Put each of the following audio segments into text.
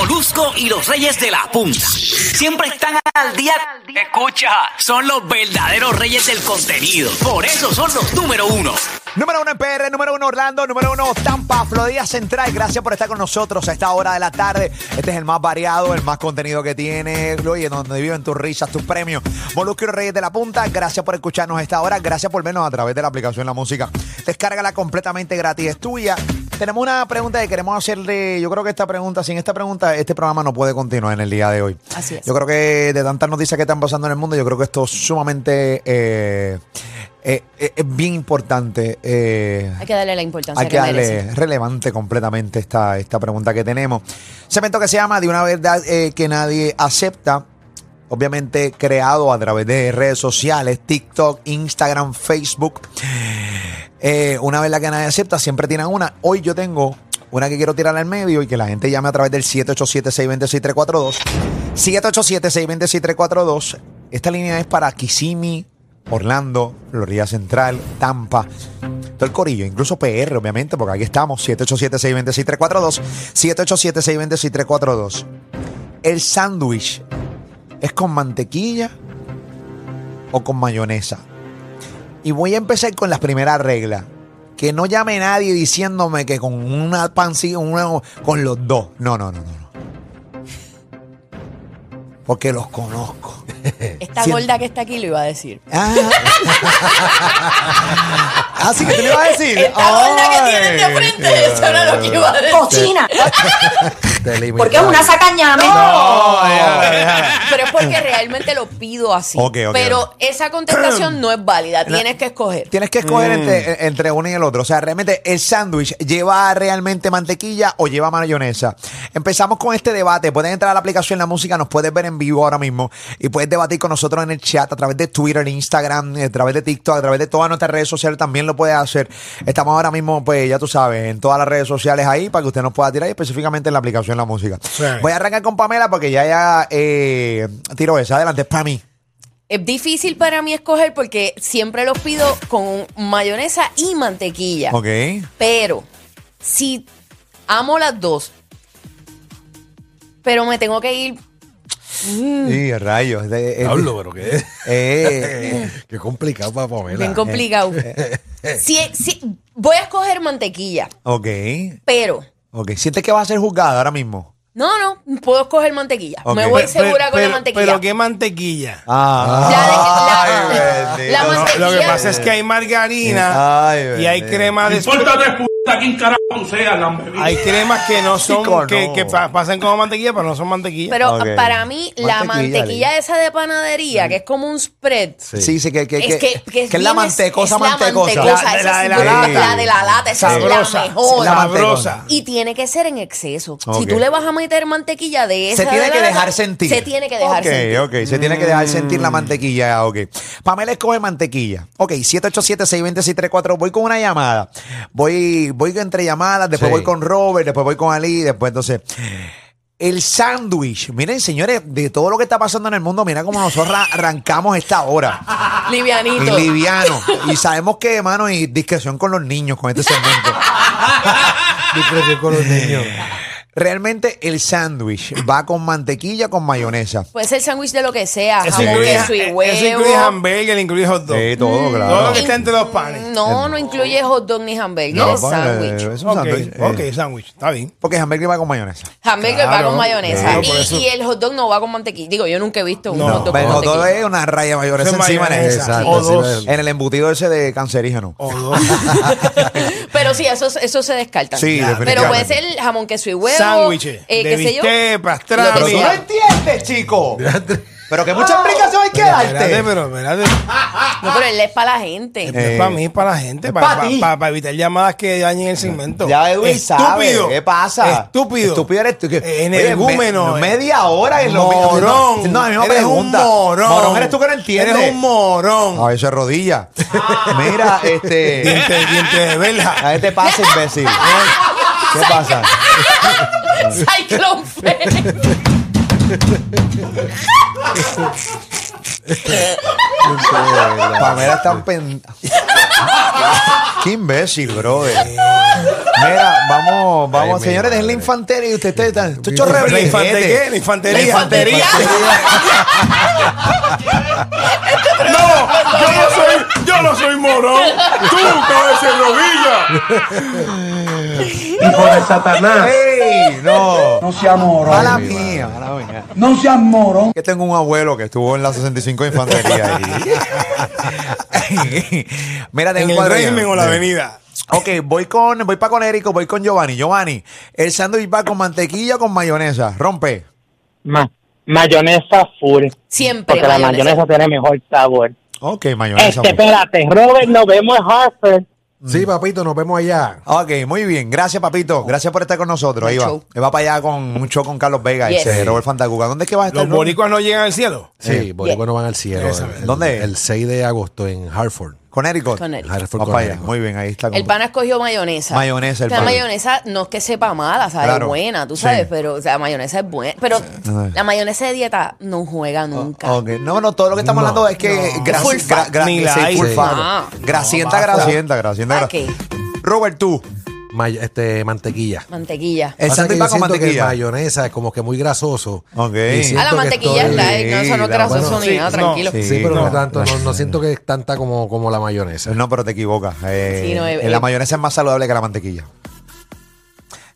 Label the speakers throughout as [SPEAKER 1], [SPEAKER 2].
[SPEAKER 1] Molusco y los Reyes de la Punta. Siempre están al día. Escucha, son los verdaderos reyes del contenido. Por eso son los número uno.
[SPEAKER 2] Número uno en PR, número uno Orlando, número uno Tampa, Florida Central. Gracias por estar con nosotros a esta hora de la tarde. Este es el más variado, el más contenido que tiene. Oye, donde viven tus risas, tus premios. Molusco y los Reyes de la Punta, gracias por escucharnos a esta hora. Gracias por vernos a través de la aplicación La Música. Descárgala completamente gratis, es tuya. Tenemos una pregunta que queremos hacerle. Yo creo que esta pregunta, sin esta pregunta, este programa no puede continuar en el día de hoy.
[SPEAKER 3] Así es.
[SPEAKER 2] Yo creo que de tantas noticias que están pasando en el mundo, yo creo que esto es sumamente. eh, eh, eh, es bien importante. eh,
[SPEAKER 3] Hay que darle la importancia
[SPEAKER 2] hay que
[SPEAKER 3] merece.
[SPEAKER 2] darle relevante completamente esta, esta pregunta que tenemos. Segmento que se llama De una verdad eh, que nadie acepta. Obviamente creado a través de redes sociales, TikTok, Instagram, Facebook. Eh, una verdad que nadie acepta, siempre tienen una. Hoy yo tengo una que quiero tirar al medio y que la gente llame a través del 787-620-6342. 787-620-6342. Esta línea es para Kissimmee, Orlando, Florida Central, Tampa. Todo el corillo, incluso PR, obviamente, porque aquí estamos. 787-620-6342. 787-620-6342. El sándwich es con mantequilla o con mayonesa. Y voy a empezar con las primeras reglas. Que no llame nadie diciéndome que con una pancita, una, con los dos. No, no, no, no. no. Porque los conozco.
[SPEAKER 3] Esta
[SPEAKER 2] Sí.
[SPEAKER 3] gorda que está aquí lo iba a decir.
[SPEAKER 2] Ah. Así que te lo iba a decir.
[SPEAKER 3] Esta gorda que tienen
[SPEAKER 4] este
[SPEAKER 3] de
[SPEAKER 2] Ay.
[SPEAKER 3] frente, eso era lo que iba a decir.
[SPEAKER 4] cochina.
[SPEAKER 2] Te limitaba.
[SPEAKER 4] Porque es una sacañame.
[SPEAKER 2] No, ya, ya.
[SPEAKER 3] Pero es porque realmente lo pido así.
[SPEAKER 2] Ok, ok,
[SPEAKER 3] Pero
[SPEAKER 2] ok.
[SPEAKER 3] esa contestación no es válida. Tienes que escoger.
[SPEAKER 2] Tienes que escoger entre, entre uno y el otro. O sea, realmente el sándwich lleva realmente mantequilla o lleva mayonesa. Empezamos con este debate. Pueden entrar a la aplicación La Música, nos puedes ver en vivo ahora mismo y puedes debatir con nosotros en el chat a través de Twitter, Instagram, eh, a través de TikTok, a través de todas nuestras redes sociales también lo puedes hacer. Estamos ahora mismo, pues ya tú sabes, en todas las redes sociales ahí para que usted nos pueda tirar y específicamente en la aplicación La Música. Voy a arrancar con Pamela porque ya ya eh, tiro esa. Adelante, es para mí.
[SPEAKER 3] Es difícil para mí escoger porque siempre los pido con mayonesa y mantequilla.
[SPEAKER 2] Ok.
[SPEAKER 3] Pero si amo las dos, pero me tengo que ir.
[SPEAKER 2] Sí, rayos. Eh, eh,
[SPEAKER 5] Pablo, pero qué,
[SPEAKER 2] Eh,
[SPEAKER 5] qué complicado para Pamela.
[SPEAKER 3] Bien complicado. Si, si- voy a escoger mantequilla,
[SPEAKER 2] ok,
[SPEAKER 3] pero.
[SPEAKER 2] ok. ¿Sientes que vas a ser juzgada ahora mismo?
[SPEAKER 3] No, no, puedo escoger mantequilla.
[SPEAKER 2] Ok.
[SPEAKER 3] Me voy
[SPEAKER 2] Pero-
[SPEAKER 3] segura con la mantequilla.
[SPEAKER 6] Pero qué mantequilla.
[SPEAKER 2] Ah,
[SPEAKER 3] La de- la-
[SPEAKER 2] Ay,
[SPEAKER 3] la
[SPEAKER 2] bendito.
[SPEAKER 3] mantequilla-
[SPEAKER 6] Lo que pasa es que hay margarina
[SPEAKER 2] Ay,
[SPEAKER 6] y hay
[SPEAKER 2] bendito.
[SPEAKER 6] crema de
[SPEAKER 7] importa tres puta quién carajo tú seas, Lamberto.
[SPEAKER 6] hay cremas que no son
[SPEAKER 2] Chico,
[SPEAKER 6] que,
[SPEAKER 2] no.
[SPEAKER 6] que pa- pasan como mantequilla, pero no son mantequilla.
[SPEAKER 3] Pero
[SPEAKER 2] Ok.
[SPEAKER 3] para mí, la
[SPEAKER 2] Mantequilla,
[SPEAKER 3] mantequilla esa de panadería, que es como un spread.
[SPEAKER 2] Sí, sí, que, que,
[SPEAKER 3] es que, que es,
[SPEAKER 2] es la
[SPEAKER 3] bien-
[SPEAKER 2] mantecosa,
[SPEAKER 3] es la
[SPEAKER 2] mantecosa.
[SPEAKER 3] mantecosa,
[SPEAKER 6] La-
[SPEAKER 3] esa
[SPEAKER 6] la
[SPEAKER 3] sí
[SPEAKER 6] de la
[SPEAKER 3] yo-
[SPEAKER 6] lata.
[SPEAKER 3] la de la lata, esa
[SPEAKER 6] Sabrosa.
[SPEAKER 3] es la mejor.
[SPEAKER 2] La mantecosa.
[SPEAKER 6] sabrosa.
[SPEAKER 3] y tiene que ser en exceso. Si
[SPEAKER 2] Ok.
[SPEAKER 3] tú le vas a meter mantequilla de esa.
[SPEAKER 2] Se tiene
[SPEAKER 3] de
[SPEAKER 2] que
[SPEAKER 3] la lata,
[SPEAKER 2] dejar sentir.
[SPEAKER 3] Se tiene que dejar
[SPEAKER 2] Ok,
[SPEAKER 3] sentir.
[SPEAKER 2] ok. Se tiene que dejar sentir la mantequilla. Ok. Pamela escoge mantequilla. Ok, 787-620-634. Voy con una llamada. Voy, voy entre llamadas, después
[SPEAKER 5] Sí.
[SPEAKER 2] voy con Robert, después voy con Ali, después entonces. El sándwich. Miren, señores, de todo lo que está pasando en el mundo, mira cómo nosotros ra- arrancamos esta hora. Y
[SPEAKER 3] Ah, Livianito.
[SPEAKER 2] liviano. Y sabemos que, hermano, y discreción con los niños con este segmento.
[SPEAKER 5] Discreción con los niños.
[SPEAKER 2] Realmente el sándwich va con mantequilla, con mayonesa.
[SPEAKER 3] Puede ser sándwich de lo que sea.
[SPEAKER 6] Eso
[SPEAKER 3] jamón,
[SPEAKER 6] incluye, eh,
[SPEAKER 3] queso y
[SPEAKER 6] eso
[SPEAKER 3] huevo.
[SPEAKER 6] incluye hamburger, incluye hot dog.
[SPEAKER 2] Sí, todo,
[SPEAKER 6] Mm. Todo lo que
[SPEAKER 2] claro.
[SPEAKER 6] está entre los panes.
[SPEAKER 3] No, no incluye hot dog ni hamburger,
[SPEAKER 2] No,
[SPEAKER 3] es
[SPEAKER 2] pues,
[SPEAKER 3] sándwich.
[SPEAKER 2] eh, es un
[SPEAKER 6] Ok,
[SPEAKER 2] sándwich, eh.
[SPEAKER 6] ok, sándwich, está bien.
[SPEAKER 2] Porque hamburger va con mayonesa.
[SPEAKER 3] Hamburger va
[SPEAKER 6] Claro.
[SPEAKER 3] con mayonesa.
[SPEAKER 6] Claro, por
[SPEAKER 3] y,
[SPEAKER 6] eso.
[SPEAKER 3] y el hot dog no va con mantequilla. Digo, yo nunca he visto un
[SPEAKER 6] No,
[SPEAKER 3] hot dog con
[SPEAKER 2] Pero
[SPEAKER 3] mantequilla.
[SPEAKER 2] todo es una raya de mayonesa
[SPEAKER 6] Eso es
[SPEAKER 2] encima en el-
[SPEAKER 6] mayonesa,
[SPEAKER 2] exacto,
[SPEAKER 6] o
[SPEAKER 2] encima
[SPEAKER 6] dos.
[SPEAKER 2] del- en el embutido ese de cancerígeno.
[SPEAKER 6] O dos.
[SPEAKER 3] Pero sí, eso, eso se descarta.
[SPEAKER 2] Sí,
[SPEAKER 3] Pero
[SPEAKER 2] definitivamente.
[SPEAKER 3] puede ser jamón, queso y huevo.
[SPEAKER 6] Sándwiches.
[SPEAKER 3] eh,
[SPEAKER 6] de
[SPEAKER 3] qué sé yo.
[SPEAKER 6] bistec,
[SPEAKER 3] Lo
[SPEAKER 2] Pero
[SPEAKER 3] que
[SPEAKER 6] pastrami.
[SPEAKER 2] tú no
[SPEAKER 3] sea.
[SPEAKER 2] entiendes, chico. Pero que mucha explicación hay que
[SPEAKER 6] Espérate,
[SPEAKER 2] darte.
[SPEAKER 6] pero espérate.
[SPEAKER 3] No, pero él es para la gente.
[SPEAKER 8] Eh.
[SPEAKER 6] No es para mí, es para la gente, para,
[SPEAKER 2] Eh, pa' ti.
[SPEAKER 6] para- para evitar llamadas que dañen el segmento.
[SPEAKER 2] Ya Edwin sabe.
[SPEAKER 6] Estúpido.
[SPEAKER 2] ¿Qué pasa?
[SPEAKER 6] Estúpido. Eh,
[SPEAKER 2] Estúpido eres tú. que-
[SPEAKER 6] Energúmeno. eh.
[SPEAKER 2] Oye, me- media hora en lo mismo.
[SPEAKER 6] Morón.
[SPEAKER 2] No, la misma
[SPEAKER 6] Eres
[SPEAKER 2] pregunta.
[SPEAKER 6] un morón.
[SPEAKER 2] Morón eres tú que no entiendes. Ah,
[SPEAKER 6] Eres un morón.
[SPEAKER 5] Ah,
[SPEAKER 2] A veces rodilla. Mira, este.
[SPEAKER 6] Diente, diente de
[SPEAKER 2] A
[SPEAKER 6] verja.
[SPEAKER 2] este pasa, imbécil. ¿Qué pasa?
[SPEAKER 3] Cyclone Fest.
[SPEAKER 2] Pamela está pen... Qué imbécil, brother. Mira, vamos, vamos,
[SPEAKER 5] mi
[SPEAKER 2] señores, dejen la
[SPEAKER 5] madre.
[SPEAKER 2] infantería y usted está. está- esto es
[SPEAKER 5] La
[SPEAKER 2] chorre-
[SPEAKER 6] ¿La infantería qué? ¿La infantería?
[SPEAKER 2] La infantería.
[SPEAKER 6] ¡No! Yo no soy, yo no soy morón. Tú, cabeza de rodilla.
[SPEAKER 4] hijo de Satanás.
[SPEAKER 2] ¡Ey! No.
[SPEAKER 4] No sea morón.
[SPEAKER 2] Mala mía, mala mía.
[SPEAKER 4] No seas morón.
[SPEAKER 2] Que tengo un abuelo que estuvo en la 65 de infantería. ahí. Mira, tengo
[SPEAKER 6] En
[SPEAKER 2] un
[SPEAKER 6] el
[SPEAKER 2] cuadrilla.
[SPEAKER 6] régimen o la avenida.
[SPEAKER 2] Ok, voy con, voy para con Érico, voy con Giovanni. Giovanni, el sándwich va con mantequilla o con mayonesa. Rompe.
[SPEAKER 9] Ma- mayonesa full.
[SPEAKER 3] Siempre.
[SPEAKER 9] Porque la
[SPEAKER 3] mayonesa.
[SPEAKER 9] mayonesa tiene mejor sabor.
[SPEAKER 2] Ok, mayonesa.
[SPEAKER 9] Este, espérate, Robert, nos vemos en Hartford.
[SPEAKER 5] Sí, papito, nos vemos allá.
[SPEAKER 2] Ok, muy bien. Gracias, papito. Gracias por estar con nosotros. Ahí va.
[SPEAKER 3] show.
[SPEAKER 2] Él va para allá con un show con Carlos Vega
[SPEAKER 3] Yes.
[SPEAKER 2] y se Robert Fantacuca. ¿Dónde es que vas a estar?
[SPEAKER 6] ¿Los
[SPEAKER 2] Robert?
[SPEAKER 6] boricuas no llegan al cielo?
[SPEAKER 5] Sí, boricuas no van al cielo.
[SPEAKER 6] Esa,
[SPEAKER 5] El-
[SPEAKER 2] ¿dónde es?
[SPEAKER 5] El 6 de agosto en Hartford.
[SPEAKER 2] Connecticut.
[SPEAKER 3] Connecticut.
[SPEAKER 5] Hartford,
[SPEAKER 2] Vamos para allá.
[SPEAKER 5] Connecticut.
[SPEAKER 2] Muy bien, ahí está.
[SPEAKER 3] El pana escogió mayonesa.
[SPEAKER 2] Mayonesa, el
[SPEAKER 3] La
[SPEAKER 2] pana.
[SPEAKER 3] mayonesa no es que sepa mala, sabe
[SPEAKER 2] Claro.
[SPEAKER 3] buena, tú sabes,
[SPEAKER 2] Sí.
[SPEAKER 3] pero o sea, la mayonesa es buena. Pero la mayonesa de dieta no juega nunca.
[SPEAKER 2] Ok. oh, No, no, todo lo que estamos
[SPEAKER 5] No,
[SPEAKER 2] hablando es que gra-
[SPEAKER 3] Full
[SPEAKER 2] gra-
[SPEAKER 3] fat.
[SPEAKER 2] gra-
[SPEAKER 6] Ni la
[SPEAKER 2] sí,
[SPEAKER 6] hay.
[SPEAKER 2] full
[SPEAKER 5] Sí.
[SPEAKER 2] fat.
[SPEAKER 3] Ah.
[SPEAKER 2] Grasienta, grasienta, grasienta,
[SPEAKER 3] Ok.
[SPEAKER 2] grasienta. Robert, tú.
[SPEAKER 5] May- este, mantequilla.
[SPEAKER 3] Mantequilla. Ah,
[SPEAKER 2] El
[SPEAKER 5] Pasa que
[SPEAKER 2] sándwich va
[SPEAKER 5] yo
[SPEAKER 2] con
[SPEAKER 5] siento que
[SPEAKER 2] mantequilla.
[SPEAKER 5] el mayonesa es como que muy grasoso.
[SPEAKER 2] Ok.
[SPEAKER 5] Y siento
[SPEAKER 3] Ah, la
[SPEAKER 5] que
[SPEAKER 3] mantequilla
[SPEAKER 5] estoy-
[SPEAKER 3] está, eh, no, eso no es
[SPEAKER 2] la-
[SPEAKER 3] grasoso
[SPEAKER 2] bueno,
[SPEAKER 3] ni
[SPEAKER 6] sí,
[SPEAKER 3] nada,
[SPEAKER 6] no,
[SPEAKER 3] tranquilo.
[SPEAKER 2] sí.
[SPEAKER 5] Sí, pero no,
[SPEAKER 2] no.
[SPEAKER 5] tanto, no, no siento que es tanta como, como la mayonesa.
[SPEAKER 2] No, pero te equivocas. Eh,
[SPEAKER 3] Sí, no, eh,
[SPEAKER 2] la
[SPEAKER 3] eh.
[SPEAKER 2] mayonesa es más saludable que la mantequilla.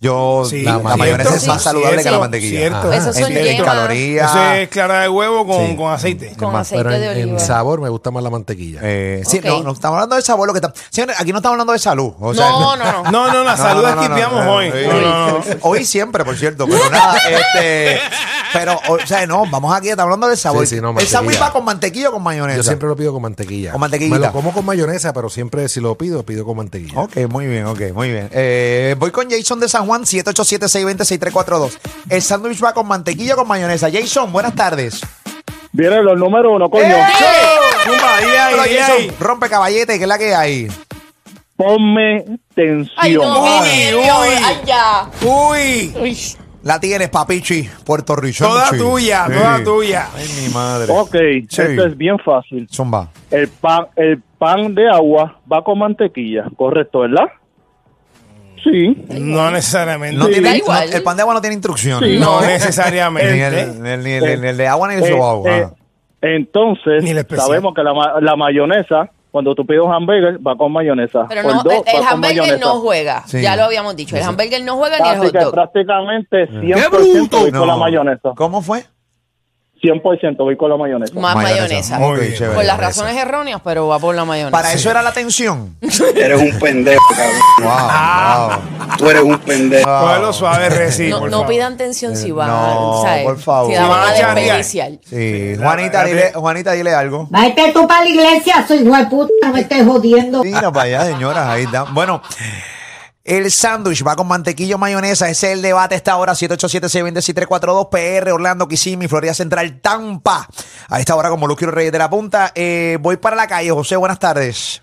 [SPEAKER 2] Yo,
[SPEAKER 6] Sí,
[SPEAKER 2] la,
[SPEAKER 5] cierto,
[SPEAKER 2] mayonesa es más
[SPEAKER 3] sí,
[SPEAKER 2] saludable que la
[SPEAKER 3] cierto,
[SPEAKER 2] mantequilla.
[SPEAKER 6] cierto.
[SPEAKER 2] Ajá.
[SPEAKER 3] Esos
[SPEAKER 2] En-
[SPEAKER 3] son
[SPEAKER 2] en
[SPEAKER 3] yemas.
[SPEAKER 2] calorías.
[SPEAKER 6] Eso es clara de huevo con,
[SPEAKER 5] Sí.
[SPEAKER 6] con aceite.
[SPEAKER 3] Con
[SPEAKER 5] Más,
[SPEAKER 3] aceite
[SPEAKER 5] pero
[SPEAKER 3] de
[SPEAKER 5] en, en
[SPEAKER 3] oliva.
[SPEAKER 5] sabor me gusta más la mantequilla.
[SPEAKER 2] Eh, sí,
[SPEAKER 3] Ok.
[SPEAKER 2] no, no estamos hablando de sabor. Lo que está- Señores, aquí no estamos hablando de salud. O sea,
[SPEAKER 3] no, no, no.
[SPEAKER 6] No, no, la salud es que
[SPEAKER 2] Ah, no, no,
[SPEAKER 6] hoy.
[SPEAKER 2] sí.
[SPEAKER 6] No, no, no.
[SPEAKER 2] Hoy siempre, por cierto. Pero nada, este. Pero, o sea, no, vamos aquí, estamos hablando del sabor.
[SPEAKER 5] Sí, sí, no,
[SPEAKER 2] el
[SPEAKER 5] mantequilla.
[SPEAKER 2] sándwich va con mantequilla o con mayonesa.
[SPEAKER 5] Yo siempre lo pido con mantequilla.
[SPEAKER 2] Con mantequillita.
[SPEAKER 5] Me lo como con mayonesa, pero siempre si lo pido, pido con mantequilla.
[SPEAKER 2] Ok, muy bien, ok, muy bien. Eh, voy con Jason de San Juan, 787-620-6342. El sándwich va con mantequilla o con mayonesa. Jason, buenas tardes.
[SPEAKER 9] Vienen los números uno, coño.
[SPEAKER 3] ¡Eh!
[SPEAKER 6] Zumba, dile ahí,
[SPEAKER 2] Pero
[SPEAKER 6] dile
[SPEAKER 2] Jason,
[SPEAKER 6] ahí.
[SPEAKER 2] rompe caballete, que es la que hay.
[SPEAKER 9] Ponme tensión.
[SPEAKER 3] Ay, no,
[SPEAKER 6] Uy,
[SPEAKER 3] qué nervio,
[SPEAKER 6] uy.
[SPEAKER 3] Ay, ya.
[SPEAKER 6] Uy,
[SPEAKER 3] Uy.
[SPEAKER 2] La tienes, papichi, Puerto Rico.
[SPEAKER 6] toda tuya, toda tuya.
[SPEAKER 2] Mi madre.
[SPEAKER 9] Ok,
[SPEAKER 2] Sí.
[SPEAKER 9] esto es bien fácil.
[SPEAKER 2] Zumba.
[SPEAKER 9] El pan, el pan de agua va con mantequilla, correcto, ¿verdad? Sí.
[SPEAKER 6] No necesariamente.
[SPEAKER 2] No
[SPEAKER 9] Sí.
[SPEAKER 2] tiene-
[SPEAKER 9] Da
[SPEAKER 3] igual.
[SPEAKER 2] no, el pan de agua no tiene instrucciones.
[SPEAKER 9] Sí.
[SPEAKER 6] No
[SPEAKER 2] Ni el,
[SPEAKER 8] Este,
[SPEAKER 6] necesariamente.
[SPEAKER 2] ni el- ni el- ni el de agua ni el
[SPEAKER 9] Eh,
[SPEAKER 2] sobao.
[SPEAKER 9] eh,
[SPEAKER 2] ah.
[SPEAKER 9] entonces,
[SPEAKER 6] Ni la especial.
[SPEAKER 9] sabemos que la, ma- la mayonesa, cuando tú pides un hamburger, va con mayonesa.
[SPEAKER 3] Pero
[SPEAKER 9] O
[SPEAKER 3] no,
[SPEAKER 9] dog
[SPEAKER 3] el, el
[SPEAKER 9] va con
[SPEAKER 3] hamburger
[SPEAKER 9] mayonesa.
[SPEAKER 3] no juega.
[SPEAKER 2] Sí.
[SPEAKER 3] Ya lo habíamos dicho. El hamburger no juega ni el
[SPEAKER 9] Así
[SPEAKER 3] hot
[SPEAKER 9] que
[SPEAKER 3] dog.
[SPEAKER 9] prácticamente 100% voy con la
[SPEAKER 2] No.
[SPEAKER 9] mayonesa.
[SPEAKER 2] ¿Cómo fue?
[SPEAKER 9] 100% voy con la mayonesa.
[SPEAKER 3] Más mayonesa.
[SPEAKER 2] Muy
[SPEAKER 6] Ok,
[SPEAKER 2] bien,
[SPEAKER 6] chévere,
[SPEAKER 3] Por las
[SPEAKER 2] mayonesa.
[SPEAKER 3] razones erróneas, pero va por la mayonesa.
[SPEAKER 2] Para eso era la tensión.
[SPEAKER 10] Eres un pendejo, cabrón.
[SPEAKER 2] wow,
[SPEAKER 3] Ah.
[SPEAKER 2] wow.
[SPEAKER 10] Tú eres un pendejo.
[SPEAKER 2] Ah.
[SPEAKER 6] Cógelo suave, reci.
[SPEAKER 3] no,
[SPEAKER 6] por
[SPEAKER 3] no
[SPEAKER 6] favor.
[SPEAKER 3] pidan tensión Pues si van.
[SPEAKER 2] Eh, no,
[SPEAKER 3] ¿sabes?
[SPEAKER 2] por favor.
[SPEAKER 3] Si la van
[SPEAKER 6] Si
[SPEAKER 3] a
[SPEAKER 6] van a charrear.
[SPEAKER 3] desperdiciar.
[SPEAKER 2] Sí, Juanita, dile, Juanita, dile algo.
[SPEAKER 11] Vete tú para la iglesia, soy hijo de puta, no me estés jodiendo.
[SPEAKER 2] Mira para allá, señoras, ahí está. Bueno, el sándwich va con mantequillo mayonesa. Ese es el debate a esta hora, 787-620-6342, PR, Orlando, Kissimmee, Florida Central, Tampa. A esta hora, como Luquio Reyes de la Punta. Eh, voy para la calle. José, buenas tardes.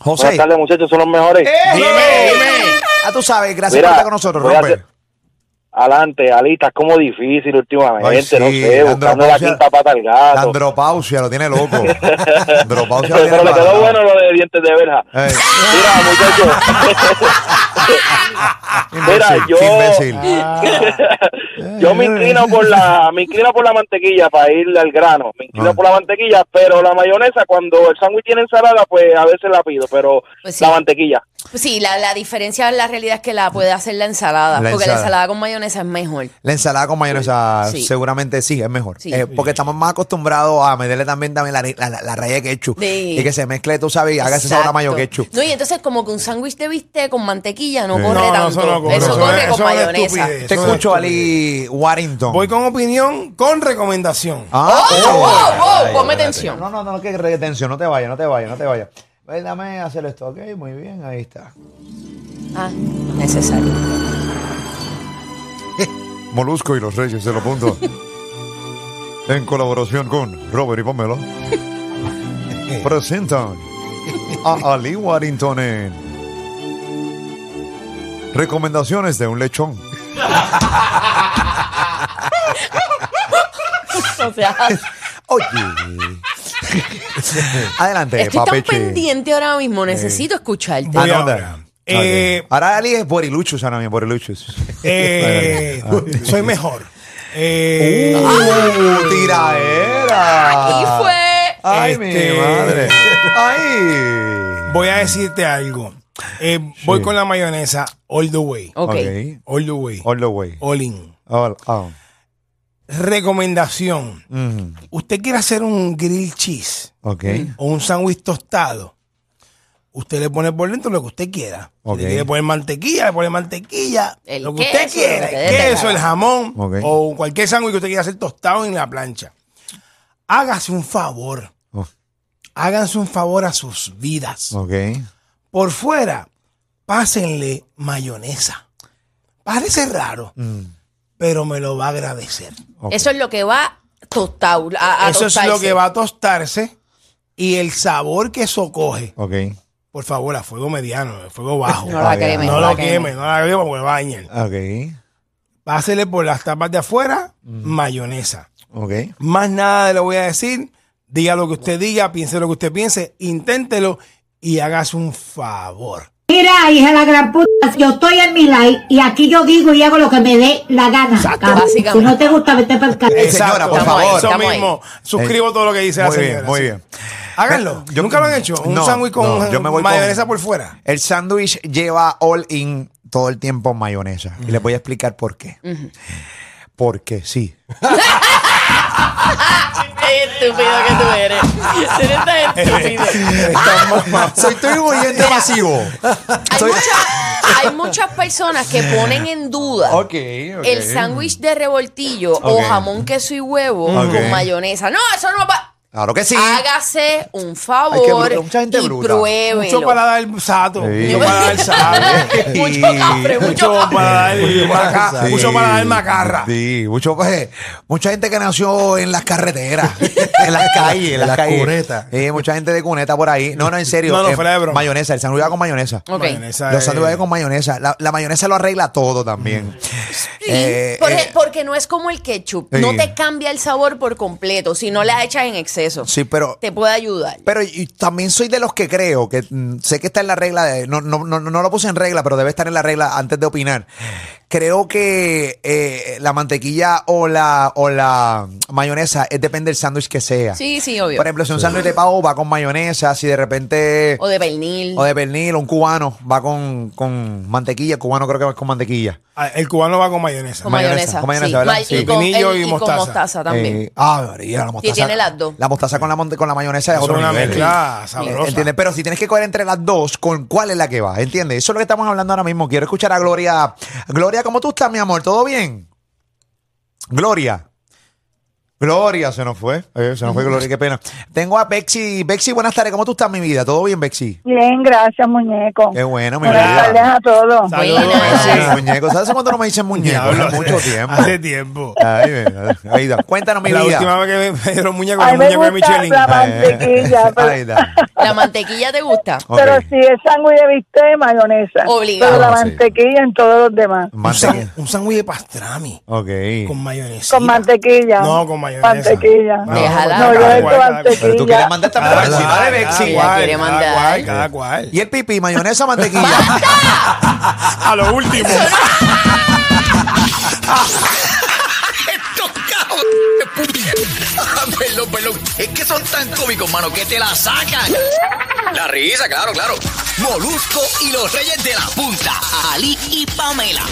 [SPEAKER 2] José.
[SPEAKER 12] Buenas tardes, muchachos, son los mejores.
[SPEAKER 2] Eh. Dime, dime. Ah, tú sabes, gracias
[SPEAKER 12] Mira,
[SPEAKER 2] por estar con nosotros,
[SPEAKER 12] voy a
[SPEAKER 2] Robert.
[SPEAKER 12] hacer- Adelante, Alita, como difícil últimamente,
[SPEAKER 2] Ay, sí,
[SPEAKER 12] no sé,
[SPEAKER 2] la
[SPEAKER 12] buscando la
[SPEAKER 2] andropausia-
[SPEAKER 12] quinta pata al
[SPEAKER 2] La
[SPEAKER 12] gato.
[SPEAKER 2] andropausia lo tiene loco. La andropausia lo
[SPEAKER 12] Pero,
[SPEAKER 2] tiene
[SPEAKER 12] pero le
[SPEAKER 2] parado.
[SPEAKER 12] quedó bueno lo de dientes de verja.
[SPEAKER 2] Eh,
[SPEAKER 12] Mira, muchachos, mira, yo,
[SPEAKER 2] imbécil.
[SPEAKER 12] yo me inclino por la, me inclino por la mantequilla para ir al grano, me inclino
[SPEAKER 2] Ah.
[SPEAKER 12] por la mantequilla, pero la mayonesa cuando el sándwich tiene ensalada, pues a veces la pido, pero
[SPEAKER 3] Pues sí.
[SPEAKER 12] la mantequilla.
[SPEAKER 3] Sí, la, la diferencia en la realidad es que la puede hacer la ensalada,
[SPEAKER 2] La
[SPEAKER 3] porque la
[SPEAKER 2] ensalada.
[SPEAKER 3] ensalada con mayonesa es mejor.
[SPEAKER 2] La ensalada con mayonesa
[SPEAKER 3] Sí.
[SPEAKER 2] seguramente sí, es mejor.
[SPEAKER 3] Sí.
[SPEAKER 2] Eh, porque estamos más acostumbrados a meterle también, también la, la, la- la raya de ketchup.
[SPEAKER 3] Sí.
[SPEAKER 2] Y que se mezcle, tú sabes, y haga ese
[SPEAKER 3] Exacto.
[SPEAKER 2] sabor a mayo ketchup.
[SPEAKER 3] No, y entonces como que un sándwich de bistec con mantequilla no
[SPEAKER 2] Sí.
[SPEAKER 3] corre
[SPEAKER 6] No, no,
[SPEAKER 3] tanto.
[SPEAKER 6] eso no corre,
[SPEAKER 3] eso
[SPEAKER 2] eso es-
[SPEAKER 3] corre con
[SPEAKER 6] eso es una
[SPEAKER 3] mayonesa.
[SPEAKER 6] estupidez.
[SPEAKER 2] Te
[SPEAKER 6] Eso es
[SPEAKER 2] escucho,
[SPEAKER 6] estúpido.
[SPEAKER 2] Ali Warrington.
[SPEAKER 6] Voy con opinión, con recomendación.
[SPEAKER 2] Ah,
[SPEAKER 3] ¡Oh, oh, oh!
[SPEAKER 5] Ay,
[SPEAKER 3] Ponme
[SPEAKER 5] espérate.
[SPEAKER 3] tensión.
[SPEAKER 2] No, no, no, que retención, no te vayas, no te vayas, no te vayas. Ven, dame hacer esto, ok, muy bien, ahí está.
[SPEAKER 3] Ah, necesario.
[SPEAKER 2] Molusco y los Reyes de los Puntos. en colaboración con Robert y Pomelo. presentan a Ali Warrington en Recomendaciones de un lechón.
[SPEAKER 3] O sea,
[SPEAKER 2] Oye. Adelante,
[SPEAKER 3] estoy tan
[SPEAKER 2] papeche.
[SPEAKER 3] pendiente ahora mismo, necesito escucharte.
[SPEAKER 6] Voy
[SPEAKER 2] Anota.
[SPEAKER 6] ahora.
[SPEAKER 8] Eh,
[SPEAKER 2] Ok. Ahora Ali es Boriluchus ahora mismo, Boriluchus.
[SPEAKER 8] Eh, soy mejor. Eh,
[SPEAKER 2] ¡Uh! ¡Tiraera!
[SPEAKER 3] Aquí fue.
[SPEAKER 2] ¡Ay, mi
[SPEAKER 8] Este-
[SPEAKER 2] madre! ¡Ay!
[SPEAKER 8] Voy a decirte algo. Eh, Voy
[SPEAKER 2] Sí.
[SPEAKER 8] con la mayonesa all the way.
[SPEAKER 3] Ok.
[SPEAKER 2] Ok.
[SPEAKER 8] All the way.
[SPEAKER 2] All the way.
[SPEAKER 8] All in.
[SPEAKER 2] All, oh. all.
[SPEAKER 8] Recomendación.
[SPEAKER 2] Mm,
[SPEAKER 8] Usted quiere hacer un grill cheese
[SPEAKER 2] Ok.
[SPEAKER 8] o un sándwich tostado. Usted le pone por dentro lo que usted quiera. Si
[SPEAKER 2] Ok.
[SPEAKER 8] le quiere poner mantequilla, le pone mantequilla.
[SPEAKER 3] El
[SPEAKER 8] lo que usted
[SPEAKER 3] queso,
[SPEAKER 8] quiera.
[SPEAKER 3] lo que
[SPEAKER 8] el
[SPEAKER 3] dé la
[SPEAKER 8] queso, el
[SPEAKER 3] gana.
[SPEAKER 8] jamón
[SPEAKER 2] Ok.
[SPEAKER 8] o cualquier sándwich que usted quiera hacer tostado en la plancha. Hágase un favor.
[SPEAKER 2] Oh.
[SPEAKER 8] Háganse un favor a sus vidas.
[SPEAKER 2] Ok.
[SPEAKER 8] Por fuera, pásenle mayonesa. Parece raro,
[SPEAKER 2] Mm.
[SPEAKER 8] pero me lo va a agradecer.
[SPEAKER 2] ok.
[SPEAKER 3] Eso es lo que va tostado. A, a
[SPEAKER 8] Eso es lo
[SPEAKER 3] tostarse.
[SPEAKER 8] que va a tostarse y el sabor que eso coge.
[SPEAKER 2] Ok.
[SPEAKER 8] Por favor, a fuego mediano, a fuego bajo.
[SPEAKER 3] No la queme.
[SPEAKER 8] No
[SPEAKER 3] la
[SPEAKER 8] lo
[SPEAKER 3] queme.
[SPEAKER 8] queme, no la queme porque va a dañar.
[SPEAKER 2] Ok.
[SPEAKER 8] Pásele por las tapas de afuera, mayonesa.
[SPEAKER 2] Ok.
[SPEAKER 8] Más nada le voy a decir. Diga lo que usted diga, piense lo que usted piense, inténtelo y hágase un favor.
[SPEAKER 11] Mira, hija de la gran puta, yo estoy en mi live y aquí yo digo y hago lo que me dé la gana. cabrón.
[SPEAKER 3] Básicamente.
[SPEAKER 11] Si no te gusta, vete para el carajo.
[SPEAKER 2] Eh, señora, por
[SPEAKER 8] Exacto,
[SPEAKER 2] favor. Eh,
[SPEAKER 8] Eso
[SPEAKER 3] Estamos ahí.
[SPEAKER 8] mismo. Suscribo todo lo que dice la
[SPEAKER 2] Muy
[SPEAKER 8] señora.
[SPEAKER 2] bien, muy
[SPEAKER 8] sí.
[SPEAKER 2] bien.
[SPEAKER 8] Háganlo.
[SPEAKER 2] Yo-
[SPEAKER 8] Nunca lo han hecho. Un
[SPEAKER 2] No,
[SPEAKER 8] sándwich con
[SPEAKER 2] no, yo me voy con-
[SPEAKER 8] mayonesa por fuera.
[SPEAKER 2] El sándwich lleva all in todo el tiempo mayonesa. Y les voy a explicar por qué.
[SPEAKER 3] Mm-hmm.
[SPEAKER 2] Porque sí.
[SPEAKER 3] Qué estúpido que tú eres. Tú eres tan estúpido.
[SPEAKER 2] Soy tu oyente masivo.
[SPEAKER 3] Hay,
[SPEAKER 2] Soy-
[SPEAKER 3] mucha- hay muchas personas que ponen en duda
[SPEAKER 2] Ok, ok.
[SPEAKER 3] el sándwich de revoltillo
[SPEAKER 2] Ok.
[SPEAKER 3] o jamón, queso y huevo
[SPEAKER 2] Ok.
[SPEAKER 3] con mayonesa. No, eso no va.
[SPEAKER 2] Claro que sí.
[SPEAKER 3] Hágase un
[SPEAKER 2] Ay, qué
[SPEAKER 3] favor
[SPEAKER 2] bruto, mucha gente
[SPEAKER 3] y
[SPEAKER 2] bruta.
[SPEAKER 8] Mucho
[SPEAKER 3] pruébelo.
[SPEAKER 8] para dar sato.
[SPEAKER 2] Sí.
[SPEAKER 8] Mucho para dar sato.
[SPEAKER 3] Mucho cafre, mucho
[SPEAKER 8] Mucho para dar maca-
[SPEAKER 2] Sí.
[SPEAKER 8] mucho para dar macarra.
[SPEAKER 2] Sí, mucho, pues, mucha gente que nació en las carreteras, en las calles, en las,
[SPEAKER 5] En las
[SPEAKER 2] calles.
[SPEAKER 5] cunetas.
[SPEAKER 2] Sí, mucha gente de cuneta por ahí. No, no, en serio.
[SPEAKER 8] No, no,
[SPEAKER 2] eh,
[SPEAKER 8] fuera de broma.
[SPEAKER 2] Mayonesa, el sándwich va con mayonesa.
[SPEAKER 3] Ok.
[SPEAKER 8] Mayonesa
[SPEAKER 2] Los
[SPEAKER 8] es-
[SPEAKER 2] sándwiches con mayonesa. La, la mayonesa lo arregla todo también.
[SPEAKER 3] Sí,
[SPEAKER 2] Eh,
[SPEAKER 3] porque,
[SPEAKER 2] eh,
[SPEAKER 3] porque no es como el ketchup.
[SPEAKER 2] Sí.
[SPEAKER 3] No te cambia el sabor por completo. Si no la echas en exceso,
[SPEAKER 2] sí, pero
[SPEAKER 3] te puede ayudar.
[SPEAKER 2] Pero y también soy de los que creo que mm, sé que está en la regla, de- no, no, no, no lo puse en regla, pero debe estar en la regla antes de opinar. Creo que eh, la mantequilla o la, o la mayonesa eh, depende del sándwich que sea.
[SPEAKER 3] Sí, sí, obvio.
[SPEAKER 2] Por ejemplo, si un sándwich de pavo va con mayonesa, si de repente.
[SPEAKER 3] o de pernil.
[SPEAKER 2] O de pernil, o un cubano va con, con mantequilla. El cubano creo que va con mantequilla.
[SPEAKER 8] Ah, El cubano va con mayonesa.
[SPEAKER 3] con
[SPEAKER 2] mayonesa,
[SPEAKER 3] mayonesa.
[SPEAKER 2] con mayonesa,
[SPEAKER 3] sí.
[SPEAKER 2] ¿verdad?
[SPEAKER 3] Ma-
[SPEAKER 2] Sí.
[SPEAKER 3] Y, con,
[SPEAKER 8] Pepinillo
[SPEAKER 3] el-
[SPEAKER 8] y
[SPEAKER 3] y con
[SPEAKER 8] mostaza.
[SPEAKER 3] mostaza también.
[SPEAKER 2] Eh, ah, María, la mostaza.
[SPEAKER 3] tiene las dos.
[SPEAKER 2] La mostaza con la, monte- con la mayonesa es
[SPEAKER 8] Es
[SPEAKER 2] otro
[SPEAKER 8] una
[SPEAKER 2] nivel.
[SPEAKER 8] mezcla sabrosa.
[SPEAKER 2] ¿Entiendes? Pero si tienes que coger entre las dos, ¿con cuál es la que va? ¿Entiendes? Eso es lo que estamos hablando ahora mismo. Quiero escuchar a Gloria. Gloria, ¿cómo tú estás, mi amor? ¿Todo bien? Gloria. Gloria, se nos fue. Eh, se nos fue Gloria, qué pena. Tengo a Bexi. Bexi, buenas tardes. ¿Cómo tú estás, mi vida? ¿Todo bien, Bexi?
[SPEAKER 13] Bien, gracias, muñeco.
[SPEAKER 2] Qué bueno, mi
[SPEAKER 13] Buenas tardes
[SPEAKER 2] vida.
[SPEAKER 13] a todos.
[SPEAKER 8] Saludos.
[SPEAKER 3] Buena.
[SPEAKER 2] Sí,
[SPEAKER 8] Sí.
[SPEAKER 2] muñeco. ¿Sabes cuánto no me dicen muñeco?
[SPEAKER 8] Diablo,
[SPEAKER 2] Hace mucho tiempo. Ah,
[SPEAKER 8] Hace tiempo.
[SPEAKER 2] Ay, mi- ahí está. Cuéntanos, mi
[SPEAKER 8] la
[SPEAKER 2] vida.
[SPEAKER 8] última vez que me dieron muñeco,
[SPEAKER 13] A mí
[SPEAKER 8] era un
[SPEAKER 13] me
[SPEAKER 8] muñeco de
[SPEAKER 13] gusta
[SPEAKER 8] Michelin.
[SPEAKER 13] la
[SPEAKER 2] Ay, eh,
[SPEAKER 13] mantequilla,
[SPEAKER 2] ahí
[SPEAKER 13] pero,
[SPEAKER 2] está.
[SPEAKER 3] ¿La mantequilla te gusta?
[SPEAKER 2] Ok.
[SPEAKER 13] pero si es sándwich de bistec, mayonesa.
[SPEAKER 3] Obligado.
[SPEAKER 13] Pero la
[SPEAKER 5] Ah, sí.
[SPEAKER 13] mantequilla en todos los demás.
[SPEAKER 8] Un san-
[SPEAKER 2] Mantequilla.
[SPEAKER 8] Un sándwich de pastrami
[SPEAKER 2] Ok.
[SPEAKER 8] con mayonesa.
[SPEAKER 13] Con mantequilla.
[SPEAKER 8] No, con mayonesa.
[SPEAKER 13] Mantequilla.
[SPEAKER 8] No,
[SPEAKER 3] Déjala.
[SPEAKER 13] No, yo he hecho
[SPEAKER 8] Guarda,
[SPEAKER 2] Pero tú
[SPEAKER 13] mantequilla.
[SPEAKER 2] quieres mandar también
[SPEAKER 8] Cada
[SPEAKER 2] para encima de
[SPEAKER 8] cual,
[SPEAKER 2] Bexi.
[SPEAKER 8] cada cual,
[SPEAKER 3] Ella quiere
[SPEAKER 8] cada
[SPEAKER 3] mandar.
[SPEAKER 8] cual, Cada cual.
[SPEAKER 2] Ah, ¿Y el pipí, mayonesa o mantequilla?
[SPEAKER 8] A lo último.
[SPEAKER 1] Estos cabrones de puñet- Perdón, perdón. Es que son tan cómicos, mano, que te la sacan. La risa, claro, claro. Molusco y los reyes de la punta. Ali y Pamela.